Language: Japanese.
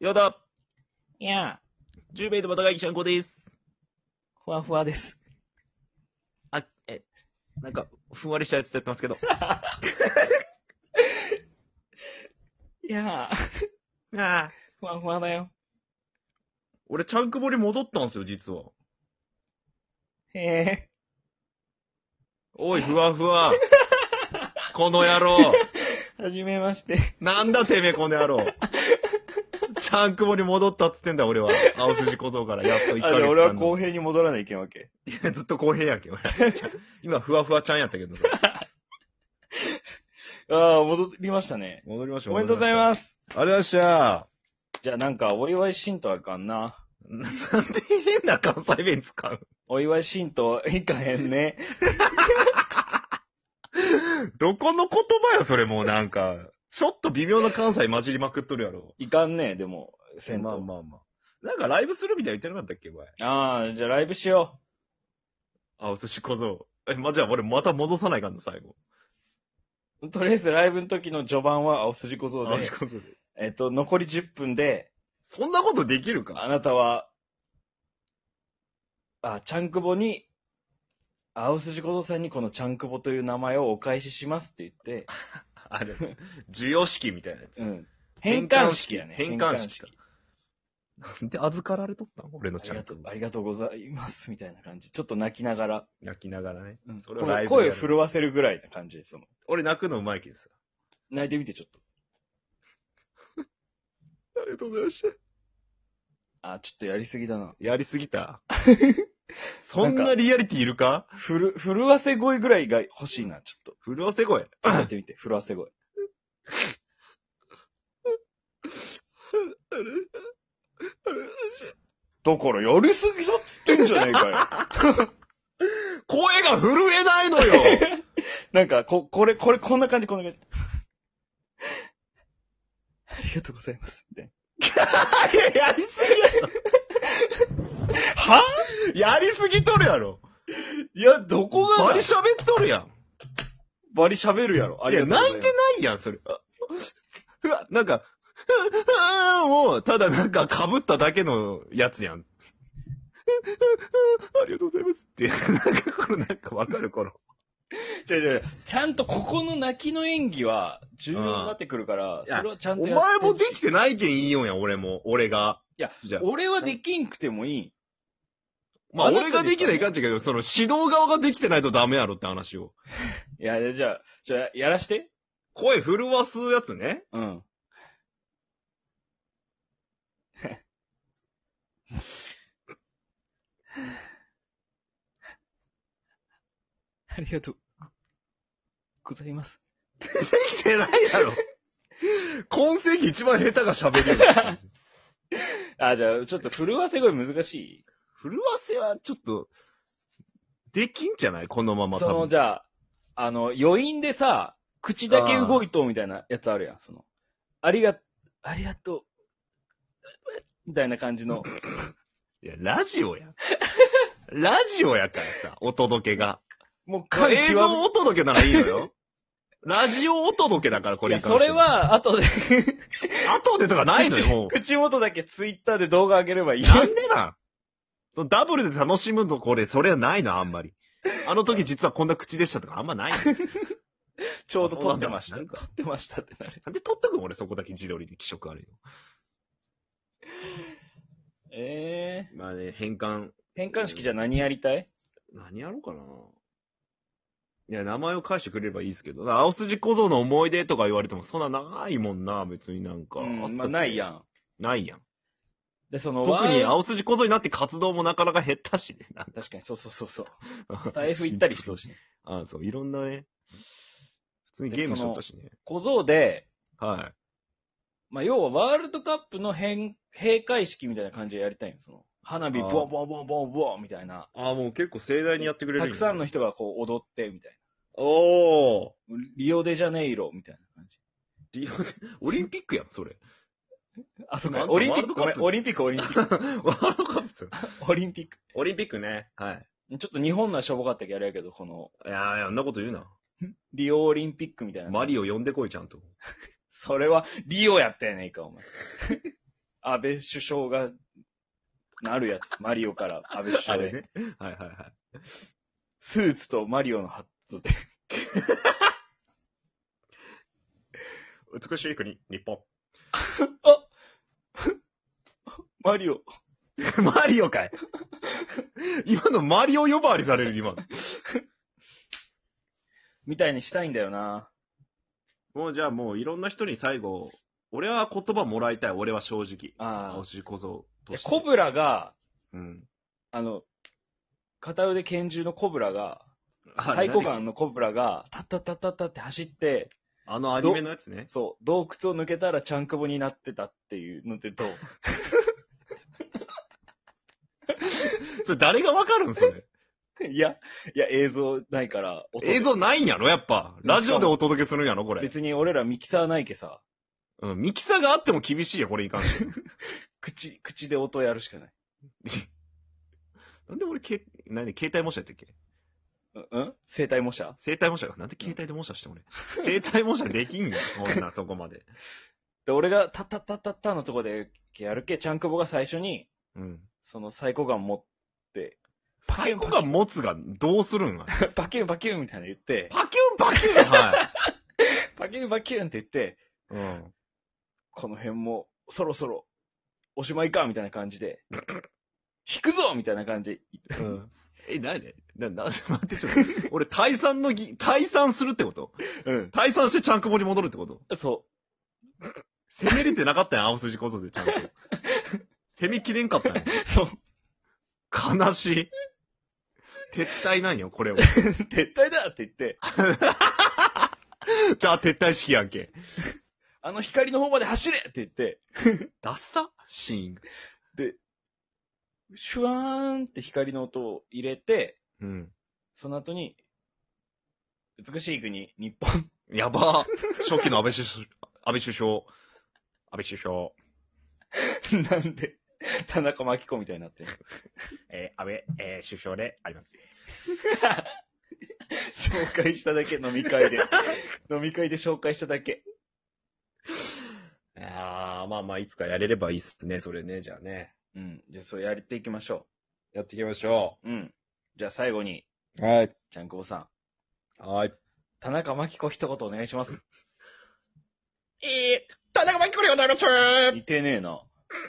よだ、いや10名でまたがきしゃんこです。ー、ふわふわです。あ、え、なんか、ふんわりしたやつやってますけど。いやー、 ああ。ふわふわだよ。俺、ちゃんくぼに戻ったんですよ、実は。へおい、ふわふ わ。この野郎。え、はじめまして。なんだてめえ、この野郎。ちゃんくぼに戻ったっつってんだ、俺は。青筋小僧から、やっと1ヶあ、月じゃあ俺は間の公平に戻らないといけんわけ。いやずっと公平やんけ、俺。 今、ふわふわちゃんやったけどさ。ああ、戻りましたね。戻りましょう。。おめでとうございますす。ありがとうございました。じゃあなんか、お祝いシーンとあかんな。なんで変な関西弁使うお祝いシーンといかへん ね。 どこの言葉よ、それもうなんか。ちょっと微妙な関西混じりまくっとるやろ。いかんね、でも、せんと。まあまあまあ。なんかライブするみたいに言ってなかったっけ、お前。ああ、じゃあライブしよあ、お寿司小僧。え、ま、じゃあ俺また戻さないかんの、最後。う。とりあえずライブの時の序盤は青筋小僧あでお寿、司小僧で。えっと、残り10分で、そんなことできるあかなたは、あ、ちゃんくぼに、青筋小僧さんにこのちゃんくぼという名前をお返ししますって言 って、あれ、授与式みたいなやつ。うん。変換式やね。変換式か。なんで預かられとったん俺の変換式ちあゃりんがととう、。ありがとうございます、みたいな感じ。ちょっと泣きながら、泣きながらね。うん、そこれをライのブで声やる震わせるぐらいな感じです。その俺泣くのうまいけどさ。泣いてみて、ちょっと。ありがとうございました。あ、ちょっとやりすぎだな。やりすぎ た。そんなリアリティいるかふる、震わせ声ぐらいが欲しいな、ちょっと。震わせ声。 やってみて、震わせ声。あれあれだから、やりすぎだっつってんじゃねえかよ。声が震えないのよなんか、こ、これ、これ、こんな感じ、こんな感じ。ありがとうございます。みたいいややりすぎやなはやりすぎとるやろいや、どこがバリ喋っとるやんバリ喋るやろ。あいりがや、とうございま泣す。いてないやん、それ。あうわ、なんか、うわもう、ただなんか被っただけのやつやん。ありがとうございますって。なんか、このなんかわかるこの。ちょいちょいちょいちゃんとここの泣きの演技は重要になってくるから、いやそれはちゃんおと前もってでほしいきてないけんいいよんや、俺も。俺が。いや、じゃあ。俺はできんくてもいい。まあ、あなた俺ができないかんちゃうけど、その指導側ができてないとダメやろって話を。いや、じゃあ、じゃあ、やらして。声震わすやつね。うん。 ありがとうございます。できてないやろ。今世紀一番下手が喋るような感じ。あ、じゃあ、ちょっと震わせ声難し震わせはちょっと、できんじゃないこのまいまそ多の、分。じゃあ、あの、余韻でさ、口だけ動いとうみたいなやつあるやん。その、ありが、ありがとう、みたいな感じの。 いや、ラジオや。ラジオやからさ、お届けが。もう感映極像めお届けならいいの よ。ラジオお届けだから、こいれや、に関そしてれは、後で、後でとかないのよ、もう。口元だけツイッターで動画上げればいい。なんでなんそのダブルで楽しむのこれ、それはないな、あんまり。あの時実はこんな口でしたとかあんまないの。 ちょうど撮ってました。あそ撮うなんだってましたってなる。なんで取っとくの俺そこだけ自撮りで気色悪いの。ええまあね、変換、変換式じゃ何やりたい何やろうかな。いや、名前を返してくれればいいですけど、青筋小僧の思い出とか言われてもそんな長いもんな、別になんか。うん、まあないん。やん。ないやん。で、その、特にワン青筋小僧になって活動もなかなか減ったしね。なん確かに、そうそうそうそう。か スタイフ行ったりしてほしい。 あそう、いろんなね。普通にゲームしとったしね。小僧で、はまあ要はワールドカップの変、閉会式みたいな感じでやりたいよ。その、花火、あーボンボンボンボンボンみたいな。い。ああ、もう結構盛大にやってくれるたくさんの人。人がこう踊って、みたいおー。な。リオデジャネイロ、みたいな感じ。リオで、オリンピックやん、そ れ。あ、そっなか、んかオリンピワーッルドク、ごカめッんプオリンピック、オリンピッワールドカップですよク、オリンピック。オリンピックね。はい。ちょっと日本のはしょぼかったけど、あれやけど、この、いやー、あんなこと言うな。リオオリンピックみたいな。マリオ呼んでこい、ちゃんと。それは、リオやったやないか、お前。 安倍首相が、なるやつ。マリオから安倍首あ相れへ。ね。はいはいはい。スーツとマリオのハットで。美しい国、日本。あマリオ。 マリオかい。今のマリオ呼ばわりされる、今の。みたいにしたいんだよな。もうじゃあもういろんな人に最後、俺は言葉もらいたい、俺は正直。あ青し小僧とあ。して。コブラが、うん。あの、片腕拳銃のコブラが、あ太鼓何館のコブラが、タッタッタッタッタって走って、あのアニメのやつね。そう、洞窟を抜けたらちゃんくぼになってたっていうのでどう それ誰がわかるんそ れ。いや、いや、映像ないから、音で映像ないんやろやっぱ。ラジオでお届けするんやろこれ。別に俺らミキサーないけさ、うん。ミキサーがあっても厳しいよ、これいかんして。口、口で音やるしかない。 なんで俺、け、なんで携帯模写やったっけううん生体模写生体模写か。なんで携帯で模写 してん俺。生体模写できんよ、そんな、そこまで。で、俺がタッタッタッタッタのとこでやるけ、ちゃんくぼが最初に、うん。そのサイコガン持って、パケコが持つが、どうするん あれバキュンバキュンみたいなの言って、パキュンパキュンはバキュンバキュンって言って、い。うん。この辺もそろそろおしまいかみたいな感じで、引くぞみたいな感じ。うん。え、なにな、な、待って、ちょっと、俺、退散のぎ、退散するってことうん。退散してちゃんくぼに戻るってことそ攻めれてなかったんや、青筋小僧でちゃ んと。攻めきれんかったんや。う。そう。悲しい。撤退なんよ、これを。撤退だって言って、じゃあ、撤退式やんけ。あの光の方まで走れって言って、ダッサシーンが。シュワーンって光の音を入れて、うん。その後に、美しい国、日本。やば。初期の安倍首相、安倍首相。安倍首相。 なんで、田中真紀子みたいになってる。えー安倍、えー首相であります。紹介しただけ、飲み会で。飲み会で紹介しただけ。ああ、まあまあ、いつかやれればいいっすね、それね、じゃあね。うん。じゃあ、そうやっていきましょやっていきましょう。うん。じゃあ、最後に、う。はい。ちゃんこぼさん。はい。田中真紀子一言お願いします。えー、田中真紀子でございます似てねえな。